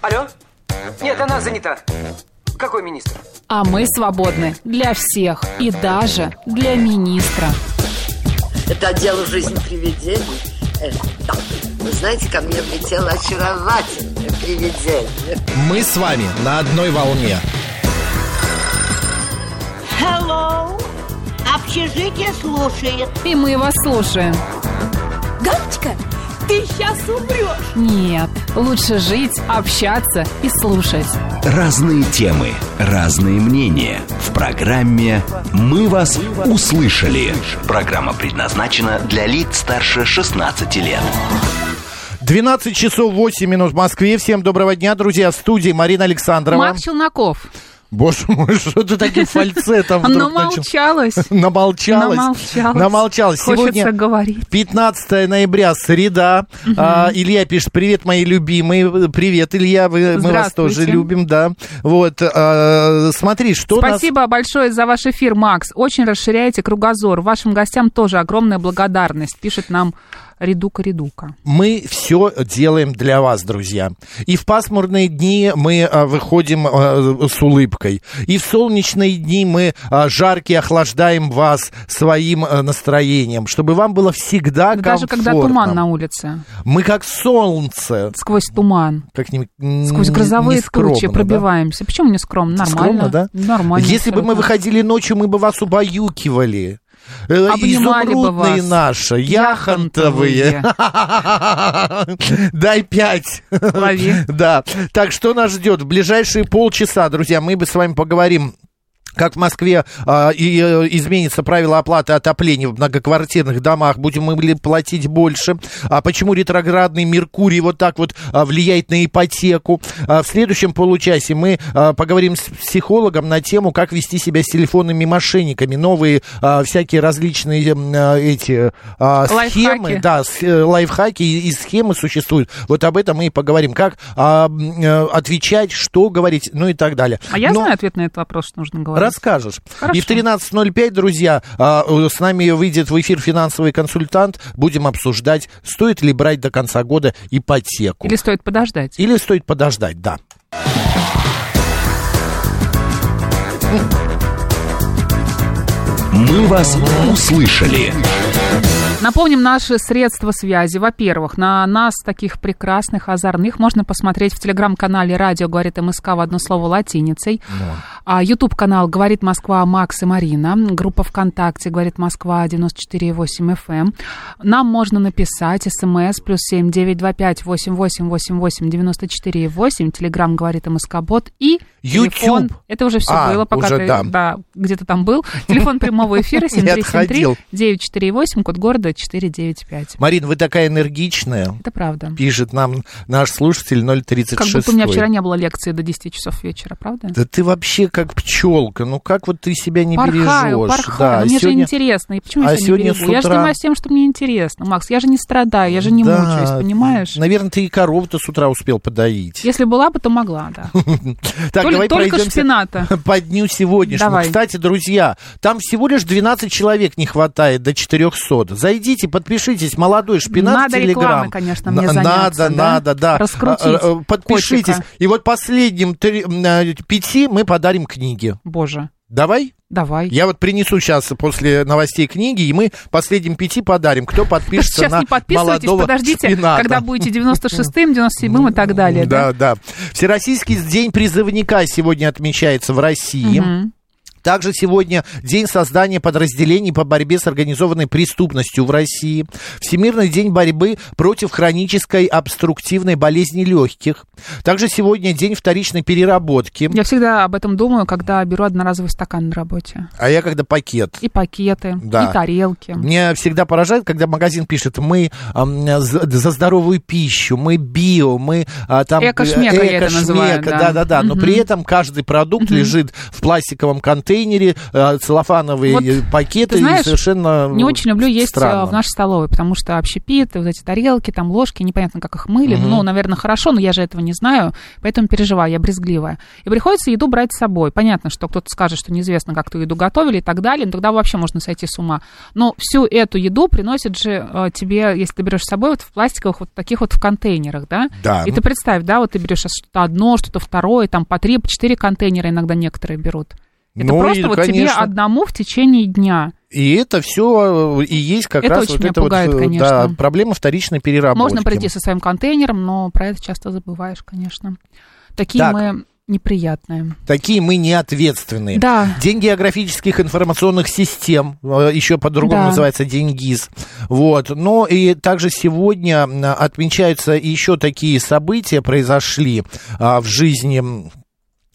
Алло? Нет, она занята. Какой министр? А мы свободны для всех и даже для министра. Это отдел жизни привидений. Э, да. Вы знаете, ко мне влетело очаровательное привидение. Мы с вами на одной волне. Hello! Общежитие слушает. И мы вас слушаем. Галочка, ты сейчас умрешь. Нет, лучше жить, общаться и слушать. Разные темы, разные мнения. В программе «Мы вас услышали». Программа предназначена для лиц старше 16 лет. 12 часов 8 минут в Москве. Всем доброго дня, друзья. В студии Марина Александрова. Марк Челноков. Боже мой, что ты таким фальцетом Ну, вдруг начал? Намолчалась. Намолчалась. Намолчалась. Намолчалась. Хочется Сегодня говорить. 15 ноября, среда. А, Илья пишет, привет, мои любимые. Привет, Илья, вы- мы вас тоже Здравствуйте. любим, да. Вот, а, смотри, что нас- Спасибо большое за ваш эфир, Макс. Очень расширяете кругозор. Вашим гостям тоже огромная благодарность, пишет нам Редука-Редука. мы все делаем для вас, друзья. И в пасмурные дни мы а, выходим а, с улыбкой. И в солнечные дни мы а, жаркие охлаждаем вас своим а, настроением, чтобы вам было всегда Даже комфортно. когда туман на улице, Мы как солнце. сквозь туман, Как ни- н- сквозь грозовые нескромно, тучи да? пробиваемся. Почему не скромно? Нормально. Скромно, да? Нормально. Если бы мы абсолютно. выходили ночью, мы бы вас убаюкивали. Э, Обнимали бы Изумрудные вас. наши, яхонтовые. Дай пять. Лови. Да. Так, что нас ждет? В ближайшие полчаса, друзья, мы бы с вами поговорим как в Москве а, и, э, изменится правило оплаты отопления в многоквартирных домах, будем мы ли платить больше, а почему ретроградный Меркурий вот так вот а, влияет на ипотеку. А, в следующем получасе мы а, поговорим с психологом на тему, как вести себя с телефонными мошенниками, новые а, всякие различные м, а, эти а, схемы, Лайфхаки. да, с- э, лайфхаки и, и схемы существуют. Вот об этом мы и поговорим, как а, м, э, отвечать, что говорить, ну и так далее. А я Но- знаю ответ на этот вопрос, что нужно говорить. Расскажешь. Хорошо. И в 13.05, друзья, а, э, с нами выйдет в эфир финансовый консультант. Будем обсуждать, стоит ли брать до конца года ипотеку. Или стоит подождать? Или стоит подождать, да. «Мы вас услышали». Напомним наши средства связи. Во-первых, на нас, таких прекрасных, озорных, можно посмотреть в телеграм-канале «Радио говорит МСК» в одно слово латиницей. Ну. А, Ютуб-канал «Говорит Москва» Макс и Марина. Группа ВКонтакте «Говорит Москва» 94,8 FM. эм. Нам можно написать смс плюс 7 925 8888 94,8. Телеграм «Говорит МСК» бот и телефон. YouTube. Это уже все А, было, пока уже ты да. где-то там был. Телефон прямого эфира Не отходил. 948, код города 495. Марин, вы такая энергичная, Это правда. пишет нам наш слушатель 036. Как будто у меня вчера не было лекции до 10 часов вечера, правда? Да ты вообще как пчелка, ну как вот ты себя не Порхаю, бережешь? порхаю. Да, Но мне сегодня- же интересно. И почему а я себя сегодня не с берегу? Я же утра- занимаюсь тем, что мне интересно, Макс. Я же не страдаю, я же не Да, мучаюсь, понимаешь? Наверное, ты и корову-то с утра успел подоить. Если была бы, то могла, да. Так, Толь- давай только пройдёмся шпината. По дню сегодняшнему. Давай. Кстати, друзья, там всего лишь 12 человек не хватает до 400. Зайдите, подпишитесь. Молодой шпинат в Надо Телеграм. рекламой, конечно, мне На- заняться, Надо, да? надо, да. Раскрутить А, а, Подпишитесь. котика. И вот последним три- м, э, пяти мы подарим книги. Боже, Давай? давай. Я вот принесу сейчас после новостей книги, и мы последним пяти подарим. Кто подпишется Сейчас на не подписывайтесь, молодого подождите, шпината. когда будете 96-м, 97-м и так далее. Да. Да, да. Всероссийский день призывника сегодня отмечается в России. Также сегодня день создания подразделений по борьбе с организованной преступностью в России. Всемирный день борьбы против хронической обструктивной болезни легких. Также сегодня день вторичной переработки. Я всегда об этом думаю, когда беру одноразовый стакан на работе. А я когда пакет. И пакеты, Да. и тарелки. Меня всегда поражает, когда магазин пишет, мы ам, за, за здоровую пищу, мы био, мы а, там... э, Эко-шмека я это эко-шмека», называю, да. да-да-да. Но при этом каждый продукт лежит в пластиковом контейнере, э, целлофановые Вот, э, пакеты ты знаешь, и совершенно ну, Не очень люблю есть э, странно. в нашей столовой, потому что общепит, вот эти тарелки, там ложки, непонятно, как их мыли. Ну, наверное, хорошо, но я же этого не знаю, поэтому переживаю, я брезгливая. И приходится еду брать с собой. Понятно, что кто-то скажет, что неизвестно, как ту еду готовили и так далее, но тогда вообще можно сойти с ума. Но всю эту еду приносят же э, тебе, если ты берешь с собой, вот в пластиковых вот таких вот в контейнерах, да? Да. ну. И ты представь, да, вот ты берешь сейчас что-то одно, что-то второе, там по три, по четыре контейнера иногда некоторые берут. Это Ну, и, просто вот тебе конечно. одному в течение дня. И это все и есть как Это раз очень вот меня эта вот, пугает, э, конечно. да, проблема вторичной переработки. Можно прийти со своим контейнером, но про это часто забываешь, конечно. Такие Так. мы неприятные. Такие мы неответственные. Да. День географических информационных систем, э, еще по-другому Да. называется День ГИС. Вот. Ну и также сегодня м, отмечаются еще такие события, произошли а, в жизни м,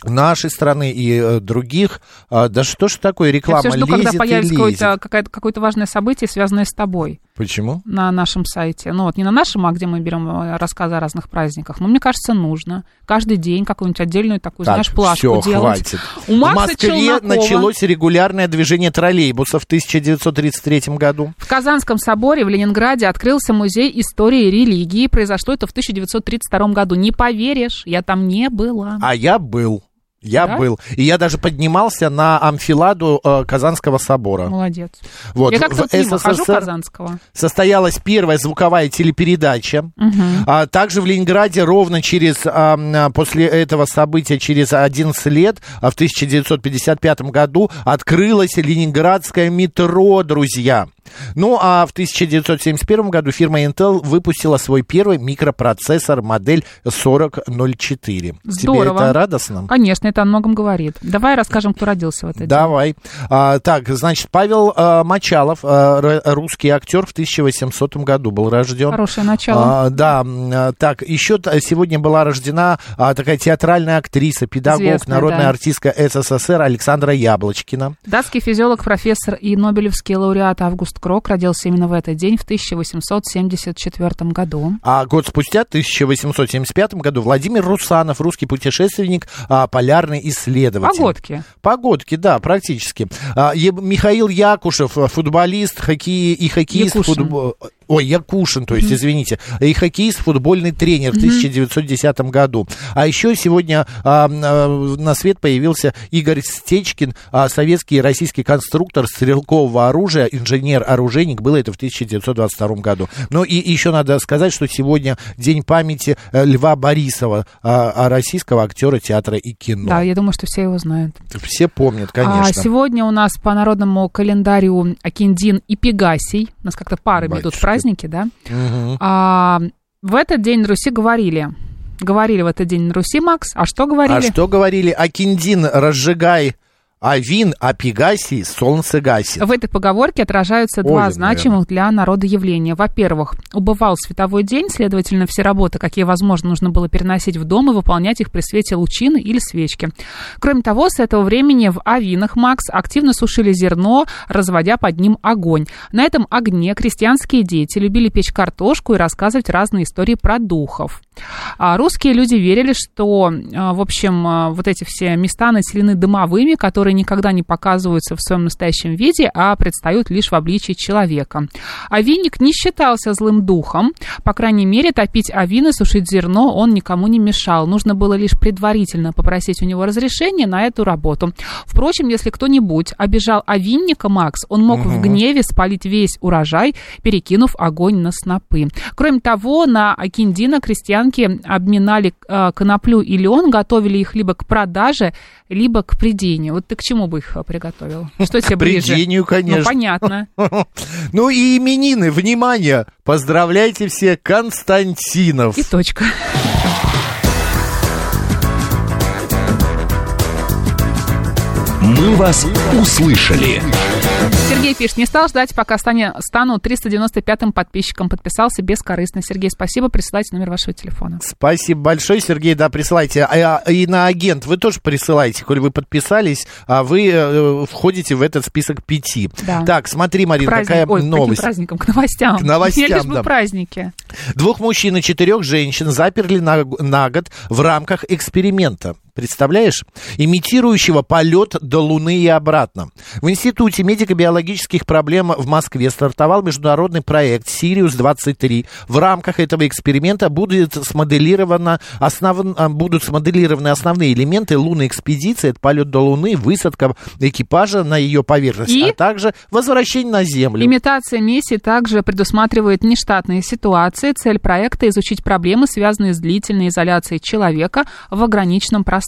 нашей страны и э, других. А, да что ж такое, реклама Я все жду, лезет когда и появится лезет. какое-то, какая-то- какое-то важное событие, связанное с тобой Почему? на нашем сайте. Ну вот не на нашем, а где мы берем э, рассказы о разных праздниках. Но мне кажется, нужно каждый день какую-нибудь отдельную такую, Так, знаешь, плашку всё, делать. хватит. У Макса в Москве Челнокова. началось регулярное движение троллейбусов в 1933 году. В Казанском соборе в Ленинграде открылся музей истории и религии. Произошло это в 1932 году. Не поверишь, я там не была. А я был. Я Да? был. И я даже поднимался на амфиладу э, Казанского собора. Молодец. вот, я как-то в вот мимо хожу СССР Казанского. состоялась первая звуковая телепередача. А также в Ленинграде ровно через, а, м, после этого события, через 11 лет, а в 1955 году, открылось ленинградское метро, друзья. Ну, а в 1971 году фирма Intel выпустила свой первый микропроцессор модель 4004. Здорово. Тебе это радостно? Конечно, это о многом говорит. Давай расскажем, кто родился в этот день. Давай. А, так, значит, Павел а, Мочалов, а, р- русский актер, в 1800 году был рожден. Хорошее начало. А, да, м, а, так, еще т- сегодня была рождена а, такая театральная актриса, педагог, Известная, народная да. артистка СССР Александра Яблочкина. Датский физиолог, профессор и нобелевский лауреат Август Крок родился именно в этот день, в 1874 году. А год спустя, в 1875 году, Владимир Русанов, русский путешественник, а, полярный исследователь. Погодки. Погодки, да, практически. А, Е- Михаил Якушев, э, футболист, хоккей и хоккеист... Якушин. футбо- Ой, Якушин, то есть, извините. И хоккеист, футбольный тренер в 1910 году. А еще сегодня а, м, а, на свет появился Игорь Стечкин, а, советский и российский конструктор стрелкового оружия, инженер-оружейник. Было это в 1922 году. Ну и еще надо сказать, что сегодня день памяти э, Льва Борисова, а, а, российского актера театра и кино. Да, я думаю, что все его знают. Все помнят, Ну. конечно. А сегодня у нас по народному календарю Акиндин и Пегасий. У нас как-то парами идут Батюшки. праздники, да? А, в этот день на Руси говорили. Говорили в этот день на Руси, Макс. А что говорили? А что говорили? Акиндин разжигай, а вин, а пегасий солнце гасит. В этой поговорке отражаются два Ой, значимых для народа явления. Во-первых, убывал световой день, следовательно, все работы, какие, возможно, нужно было переносить в дом и выполнять их при свете лучины или свечки. Кроме того, с этого времени в авинах Макс активно сушили зерно, разводя под ним огонь. На этом огне крестьянские дети любили печь картошку и рассказывать разные истории про духов. А русские люди верили, что, а, в общем, а, вот эти все места населены дымовыми, которые никогда не показываются в своем настоящем виде, а предстают лишь в обличии человека. Овинник не считался злым духом. По крайней мере, топить овины, сушить зерно он никому не мешал. Нужно было лишь предварительно попросить у него разрешения на эту работу. Впрочем, если кто-нибудь обижал овинника Макс, он мог в гневе спалить весь урожай, перекинув огонь на снопы. Кроме того, на Акиндина крестьянки обминали э, коноплю и лен, готовили их либо к продаже, либо к придению. Вот ты к чему бы их э, приготовил? Что тебе ближе? Придению, Ну, конечно. понятно. Ну и именины, внимание, поздравляйте все Константинов. И точка. «Мы вас услышали». Сергей пишет, не стал ждать, пока стане- стану 395-м подписчиком. Подписался бескорыстно. Сергей, спасибо. Присылайте номер вашего телефона. Спасибо большое, Сергей. Да, присылайте. А, а, и на агент вы тоже присылайте, коль вы подписались, а вы э, входите в этот список пяти. Да. Так, смотри, Марина, Праздник. какая Ой, к каким новость. праздникам? К новостям. К новостям, Мне лишь бы да. праздники. Двух мужчин и четырех женщин заперли на, на год в рамках эксперимента. Представляешь? Имитирующего полет до Луны и обратно. В Институте медико-биологических проблем в Москве стартовал международный проект «Сириус-23». В рамках этого эксперимента будет смоделировано основ- а, будут смоделированы основные элементы лунной экспедиции. Это полет до Луны, высадка экипажа на ее поверхность, И? а также возвращение на Землю. Имитация миссии также предусматривает нештатные ситуации. Цель проекта – изучить проблемы, связанные с длительной изоляцией человека в ограниченном пространстве.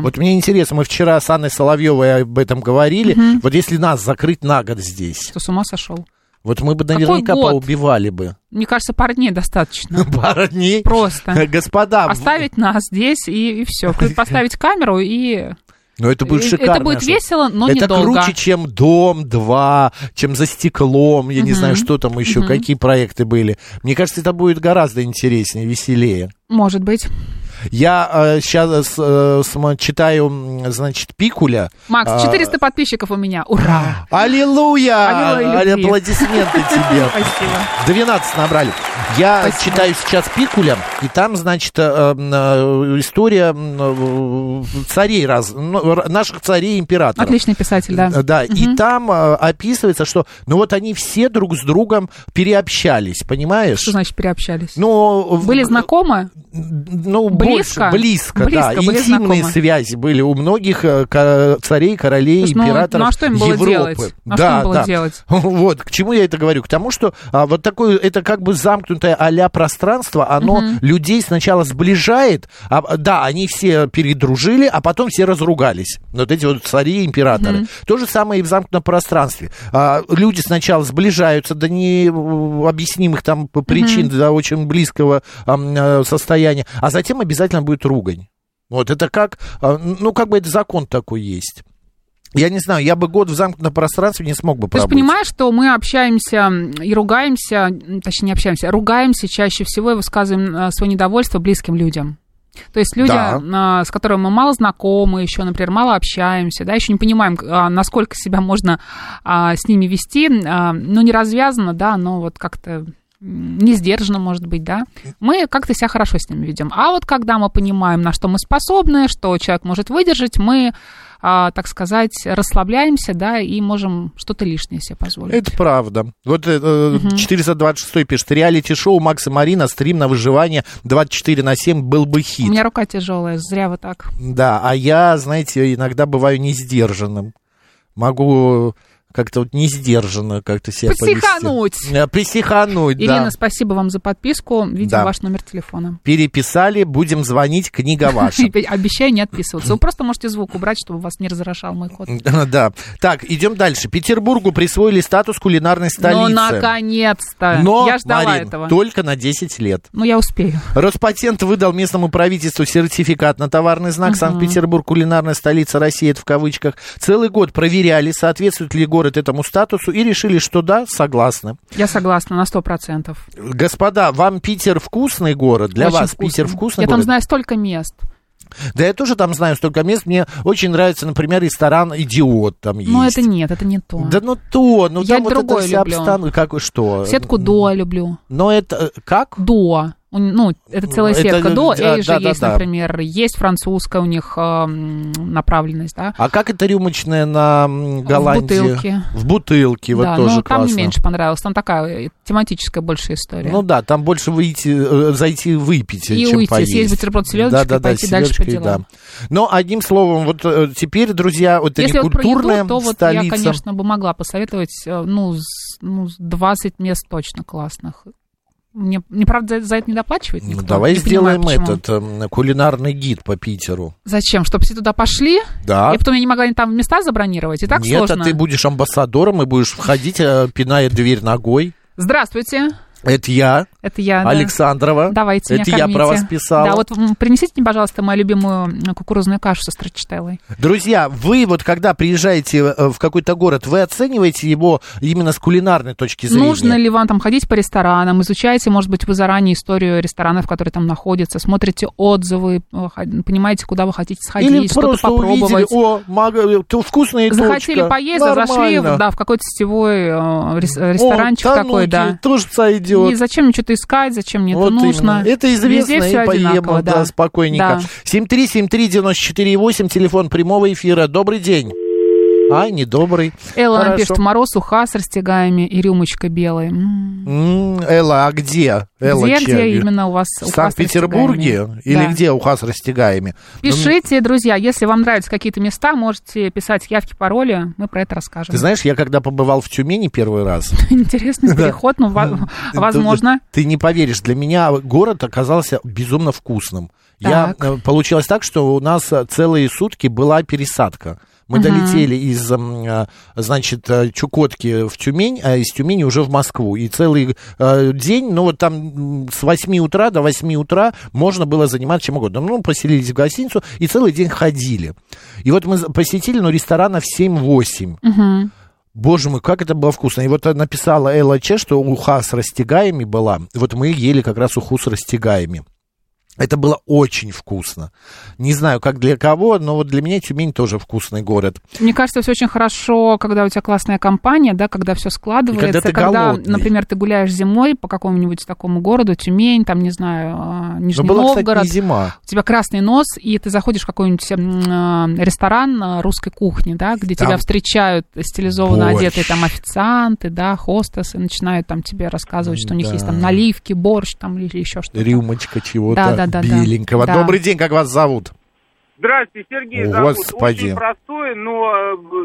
Вот мне интересно, мы вчера с Анной Соловьевой об этом говорили. Вот если нас закрыть на год здесь, Что, с ума сошел? вот мы бы Какой наверняка год? поубивали бы. Мне кажется, пар дней достаточно. Пару дней. Просто. Господа, в- Оставить нас здесь и, все. Поставить камеру и... ну это будет э, шикарно. это будет Аш. весело, но это недолго. круче, чем Дом 2, чем за стеклом, я не знаю, что там еще, какие проекты были. Мне кажется, это будет гораздо интереснее, веселее. Может быть. Я э, сейчас э, читаю, м, значит, Пикуля. А, Макс, 400 подписчиков у меня. Ура! Аллилуйя! Аллилуйя любви. Аплодисменты тебе. Спасибо. 12 набрали. Я Спасибо. читаю сейчас Пикуля, и там, значит, э, м, э, история м, э, царей раз, ну, р- наших царей и императоров. Отличный писатель, да. Э, и там э, описывается, что, ну вот они все друг с другом переобщались, понимаешь? Что значит переобщались? Ну, в- Были знакомы? ну, Близко? больше, близко, да. Близко были Интимные знакомы. связи были у многих э, ка- царей, королей, Слушай, ну, императоров ну, а что им было Европы. делать? А что им было делать? Вот, к чему я это говорю? К тому, что а, вот такое, это как бы замкнутое а-ля пространство, оно людей сначала сближает, а, да, они все передружили, а потом все разругались. Вот эти вот цари, императоры. То же самое и в замкнутом пространстве. А, люди сначала сближаются до необъяснимых там причин, до очень близкого ам, э, состояния, а затем обязательно будет ругань. Вот это как, а, ну как бы это закон такой есть. Я не знаю, я бы год в замкнутом пространстве не смог бы Ты же пробыть. понимаешь, что мы общаемся и ругаемся, м, точнее, не общаемся, а ругаемся чаще всего и высказываем э, свое недовольство близким людям. То есть люди, э, с которыми мы мало знакомы, еще, например, мало общаемся, да, еще не понимаем, к- а, насколько себя можно а, с ними вести, а, ну, не развязано, да, но вот как-то м, не сдержанно, может быть, да, мы как-то себя хорошо с ними ведем. А вот когда мы понимаем, на что мы способны, что человек может выдержать, мы, а, так сказать, расслабляемся, да, и можем что-то лишнее себе позволить. Это правда. Вот э, э, 426 пишет. Реалити-шоу Макса Марина, стрим на выживание 24 на 7 был бы У хит. меня рука тяжелая, зря вы так. Да, а я, знаете, иногда бываю несдержанным. Могу как-то вот несдержанно как-то себя повести. Психануть. Э, Психануть, Ирина, да. спасибо вам за подписку. Видим Да. ваш номер телефона. Переписали, будем звонить, книга ваша. Обещаю не отписываться. Вы просто можете звук убрать, чтобы вас не разрушал мой код. Да. Так, идем дальше. Петербургу присвоили статус кулинарной Ну, столицы. наконец-то! Но, я ждала Марин, этого. только на 10 лет. Ну, я успею. Роспатент выдал местному правительству сертификат на товарный знак Санкт-Петербург, кулинарная столица России, это в кавычках. Целый год проверяли, соответствует ли город этому статусу, и решили, что да, согласны. Я согласна на 100%. Господа, вам Питер вкусный город, для Очень вас вкусно. Питер вкусный Я город? там знаю столько мест. Да я тоже там знаю столько мест, мне очень нравится, например, ресторан «Идиот» там есть. Но Ну, это нет, это не то. Да ну то, ну Я там вот это другое вся люблю. обстановка, как и что. Сетку до люблю. Но это, э, как? До. У- Ну, это целая Это, сетка. До да, Эй же да, да, есть, да. например. Есть французская у них эм, направленность, да? А как это рюмочная на м, Голландии? бутылке. В бутылке, вот да, тоже но там классно. мне меньше понравилось. Там такая э, тематическая больше история. Ну да, там больше выйти, э, зайти выпить, И чем уйти, поесть. съесть бутерброд с селёдочкой, пойти с дальше по селёдочкой, делам. да. Но одним словом, вот э, теперь, друзья, вот это Если не вот про культурная еду, то вот столица. я, конечно, бы могла посоветовать, э, ну, с- ну, с 20 мест точно классных. Мне, мне, правда, за, за это не доплачивает Ну, никто. давай Не сделаем понимаю, почему. этот эм, кулинарный гид по Питеру. Зачем? Чтобы все туда пошли, Да. и потом я не могла там места забронировать, и так А? Нет, сложно. а ты будешь амбассадором и будешь входить, э, пиная дверь ногой. Здравствуйте. Это я, Это я. А, да. Александрова. Давайте, Это меня я про кормите. вас писал. Да, вот м, принесите мне, пожалуйста, мою любимую м, кукурузную кашу со строчителлой. Друзья, вы вот когда приезжаете э, в какой-то город, вы оцениваете его именно с кулинарной точки зрения? Нужно ли вам там ходить по ресторанам, изучаете, может быть, вы заранее историю ресторанов, которые там находятся, смотрите отзывы, э, ход- понимаете, куда вы хотите сходить, Или что-то просто увидели, попробовать. о, мага- то вкусная точка. Захотели поесть, зашли нормально. ну, в- да, в какой-то сетевой э, рес- О, ресторанчик тануки такой, да. тоже сойдет. И зачем мне что-то искать, зачем мне Вот это нужно? именно. Это Везде известно все и поема, одинаково, да. спокойненько. Да. 7373948, телефон прямого эфира. Добрый день. А, недобрый. Элла нам Хорошо. пишет, Э, мороз, уха с растягаями и рюмочкой белой. М. М, Элла, а где? Элла где, чья? где именно у вас э, В уха с Санкт-Петербурге? растягаями? Или Да. где Ну, уха с растягаями? Пишите, друзья, если вам нравятся какие-то места, можете писать явки, пароли, мы про это расскажем. Ты знаешь, я когда побывал в Тюмени первый раз... Интересный переход, ну, во- возможно. Ты, ты не поверишь, для меня город оказался безумно вкусным. Я, Так. э, получилось так, что у нас э, целые сутки была пересадка. Мы долетели из, м, э, значит, э, Чукотки в Тюмень, а из Тюмени уже в Москву. И целый э, день, ну вот там м, с 8 утра до 8 утра можно было заниматься чем угодно. Ну, поселились в гостиницу и целый день ходили. И вот мы за- посетили, ну, ресторанов 7-8. Боже мой, как это было вкусно. И вот написала Элла Че, что уха с растягаями была. Вот мы ели как раз уху с растягаями. Это было очень вкусно. Не знаю, как для кого, но вот для меня Тюмень тоже вкусный город. Мне кажется, все очень хорошо, когда у тебя классная компания, да, когда все складывается. И когда ты голодный. например, ты гуляешь зимой по какому-нибудь такому городу, Тюмень, там, не знаю, а, Но Нижний была, Новгород. кстати, не зима. у тебя красный нос, и ты заходишь в какой-нибудь м, э, ресторан э, русской кухни, да, где Там тебя встречают стилизованно борщ. одетые там официанты, да, хостесы, начинают там тебе рассказывать, что у них есть там Да. наливки, борщ там или еще что-то. Рюмочка Да-да-да-да. чего-то беленького. Да. Добрый день, как вас зовут? Здравствуйте, Сергей О, зовут. господи. Очень простое, но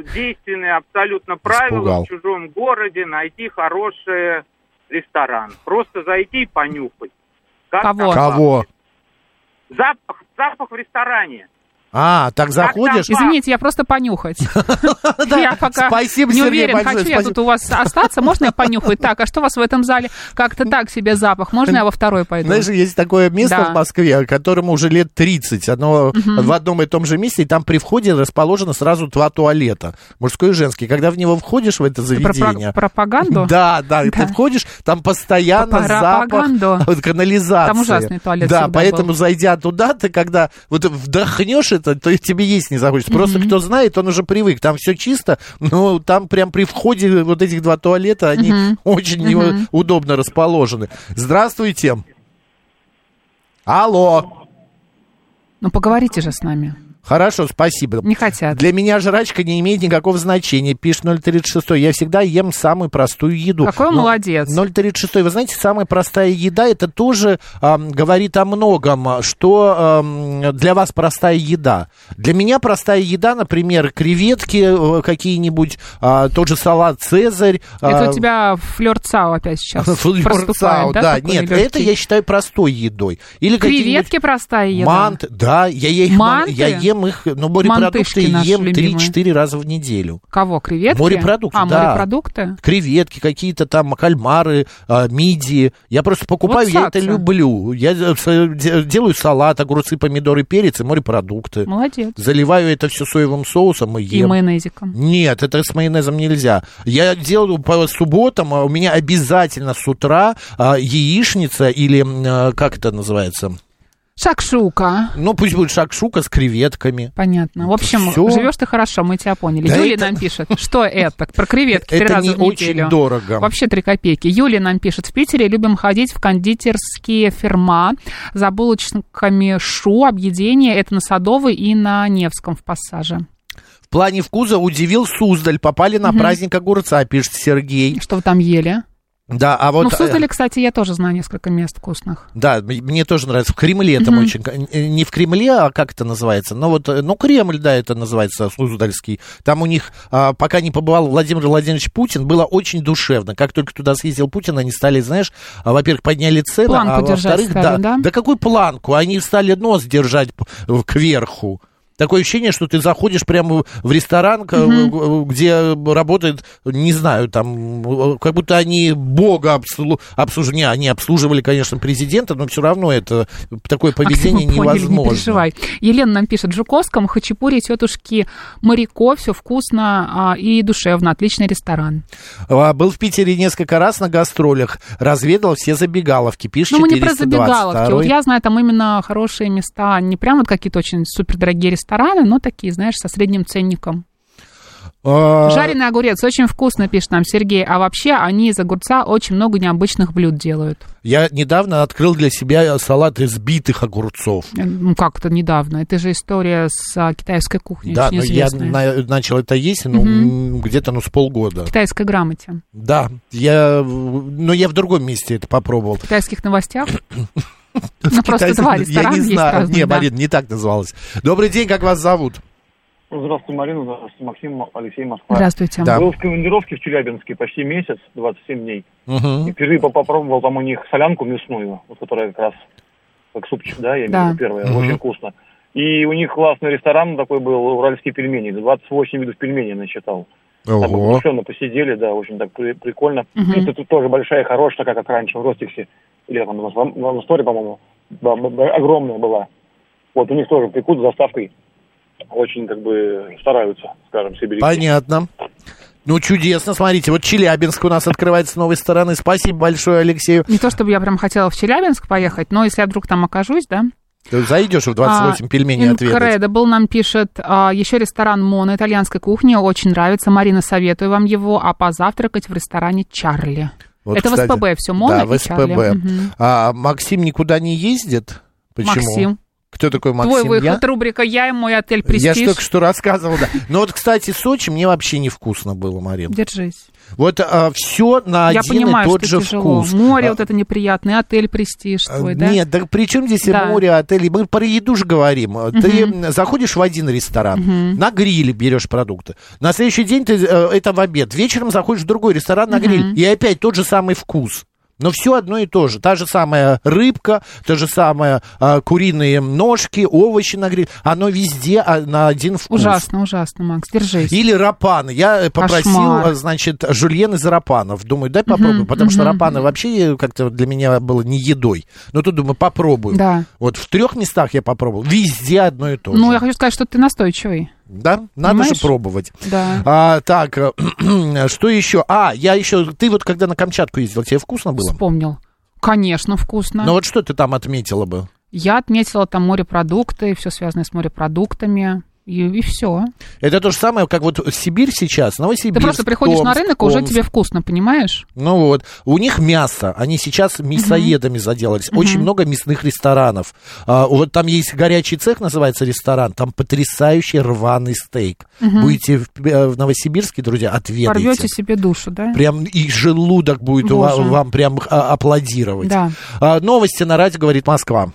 э, действенное абсолютно правило Испугал. в чужом городе найти хороший ресторан. Просто зайти и понюхать. Как Кого? там? Кого? Запах, запах в ресторане. А, так заходишь? там? Извините, я просто понюхать. Я пока Спасибо, не Сергей, уверен, большое хочу я спасибо. тут у вас остаться. Можно я понюхаю? Так, а что у вас в этом зале? Как-то так себе запах. Можно я во второй пойду? Знаешь, есть такое место Да. в Москве, которому уже лет 30. Оно в одном и том же месте, и там при входе расположено сразу два туалета. Мужской и женский. Когда в него входишь, в это Про заведение... про- пропаганду? Да, да, и Да. ты входишь, там постоянно Пропаганду. запах вот, канализации. Там ужасный туалет Да, всегда поэтому был. зайдя туда, ты когда вот вдохнешь это, то и тебе есть не захочется. Просто кто знает, он уже привык. Там все чисто, но там прям при входе вот этих два туалета, они очень не- удобно расположены. Здравствуйте. Алло. Ну, поговорите же с нами. Хорошо, спасибо. Не хотят. Для меня жрачка не имеет никакого значения, пишет 036. Я всегда ем самую простую еду. Какой молодец. 036. Вы знаете, самая простая еда, это тоже ам, говорит о многом, что ам, для вас простая еда. Для меня простая еда, например, креветки э, какие-нибудь, а, тот же салат «Цезарь». Это а, у тебя флер ЦАО опять сейчас флёр проступает, цао, да? да, такой нет, легкий? это я считаю простой едой. Или какие-нибудь- Креветки простая еда. Мант, да, я, я, их ман- Манты? я ем их, но морепродукты Мантышки наши ем любимые. 3-4 раза в неделю. Кого, креветки? Морепродукты, А, да. морепродукты? Креветки какие-то там, кальмары, а, мидии. Я просто покупаю, Вот я это сакса. люблю. Я э, с- де- делаю салат, огурцы, помидоры, перец и морепродукты. Молодец. Заливаю это все соевым соусом и И ем. майонезиком. Нет, это с майонезом нельзя. Я делаю по субботам, а у меня обязательно с утра а, яичница или м, а, как это называется? Шакшука. Ну, пусть будет шакшука с креветками. Понятно. В общем, всё. живешь ты хорошо, мы тебя поняли. Да Юлия это- нам пишет, что это? Про креветки три Это раза не в неделю. очень дорого. Вообще три копейки. Юлия нам пишет, в Питере любим ходить в кондитерские фирма за булочками шу, объедение. Это на Садовой и на Невском в Пассаже. В плане вкуса удивил Суздаль. Попали на праздник огурца, пишет Сергей. Что вы там ели? Да, а вот... ну, в Суздале, э, кстати, я тоже знаю несколько мест вкусных. Да, м- мне тоже нравится. В Кремле там очень... э, Не в Кремле, а как это называется? Ну, вот, э, ну, Кремль, да, это называется, Суздальский. Там у них, а, пока не побывал Владимир Владимирович Путин, было очень душевно. Как только туда съездил Путин, они стали, знаешь, а, во-первых, подняли цены, Планку а держать во-вторых... стали, да? да какую планку? Они стали нос держать п- э, кверху. Такое ощущение, что ты заходишь прямо в ресторан, к- где работает, не знаю, там, э, как будто они бога обслу... обслуживали. Не, они обслуживали, конечно, президента, но все равно это такое поведение Активно А поняли, невозможно. Не переживай. Елена нам пишет, Жуковском, Хачапури, тетушки Моряко, все вкусно а, и душевно, отличный ресторан. А, Был в Питере несколько раз на гастролях, разведал все забегаловки, пишет Ну, мы не про 422. забегаловки. Вот я знаю, там именно хорошие места, не прям вот какие-то очень супердорогие рестораны, но такие, знаешь, со средним ценником. А, Жареный огурец очень вкусно, пишет нам Сергей. А вообще они из огурца очень много необычных блюд делают. Я недавно открыл для себя салат из битых огурцов. Ну, как-то недавно. Это же история с а, китайской кухней, Да, очень но я известная. на- начал это есть, ну, м, где-то, ну, с полгода. Китайской грамоте. Да, я, в- но я в другом месте это попробовал. В китайских новостях. Ну, просто Китайцы- два Я ресторана не есть знаю, разные, не, да. Марин, не так называлось. Добрый день, как вас зовут? Здравствуйте, Марина. Здравствуйте, Максим. Алексей Москва. Здравствуйте. Да. Был в командировке в Челябинске почти месяц, 27 дней. И Мгм. впервые по- попробовал там у них солянку мясную, ну, вот которая как раз как супчик, да, я имею Да. в виду первая, Мгм. очень вкусно. И у них классный ресторан такой был, уральские пельмени, 28 видов пельменей насчитал. Там Ого. углубленно посидели, да, очень так при- прикольно. Мгм. Пицца тут тоже большая, хорошая, такая, как раньше в Ростиксе, или там в Ам- в Амсторе, по-моему, да, б- б- огромная была. Вот у них тоже пекут с заставкой. Очень, как бы, стараются, скажем, сибиряки. Понятно. Ну, чудесно, смотрите, вот Челябинск у нас открывается с новой стороны. Спасибо большое, Алексею. Не то чтобы я прям хотела в Челябинск поехать, но если я вдруг там окажусь, да. Зайдешь в 28 А, пельменей ответить. Incredible нам пишет, а, еще ресторан Моно итальянской кухни, очень нравится. Марина, советую вам его, а позавтракать в ресторане Чарли. Вот, Это в кстати, СПБ все, Моно Да, и в Чарли. СПБ. Мгм. А Максим никуда не ездит? Почему? Максим, Кто такой Максим? твой Я? выход, рубрика «Я и мой отель Я Престиж». ж только что рассказывал, да. Но вот, кстати, Сочи мне вообще невкусно было, Марин. Держись. Вот все на я один понимаю, и тот что же тяжело. вкус. Море А, вот это неприятный, отель Престиж твой, а, да? Нет, да при чем здесь и Да. море, отели? Мы про еду же говорим. Ты м, заходишь в один ресторан, на гриле берешь продукты. На следующий день ты, э, это в обед. Вечером заходишь в другой ресторан на гриль. И опять тот же самый вкус. Но все одно и то же. Та же самая рыбка, то же самое а, куриные ножки, овощи на гриль. Оно везде а, на один вкус. Ужасно, ужасно, Макс, держись. Или рапаны. Я э, попросил, Кошмар. э, значит, жульен из рапанов. Думаю, дай попробую, потому что рапаны вообще э, как-то для меня было не едой. Но тут думаю, попробую. Да. Вот в трех местах я попробовал. Везде одно и то же. Ну, я хочу сказать, что ты настойчивый. Да? Надо Понимаешь? же пробовать. Да. А, так, э, что еще? А, я еще... Ты вот когда на Камчатку ездил, тебе вкусно было? Вспомнил. Конечно, вкусно. Ну вот что ты там отметила бы? Я отметила там морепродукты, все связанное с морепродуктами. И, все. Это то же самое, как вот Сибирь сейчас, Ты Новосибирск, просто приходишь на Томск, рынок, а уже Омск. тебе вкусно, понимаешь? Ну вот, у них мясо, они сейчас мясоедами заделались, очень много мясных ресторанов. А, вот там есть горячий цех, называется ресторан, там потрясающий рваный стейк. Будете в, э, в Новосибирске, друзья, отведайте. Порвете себе душу, да? Прям и желудок будет у ва- Боже. вам, прям а, аплодировать. Да. А, новости на радио говорит Москва.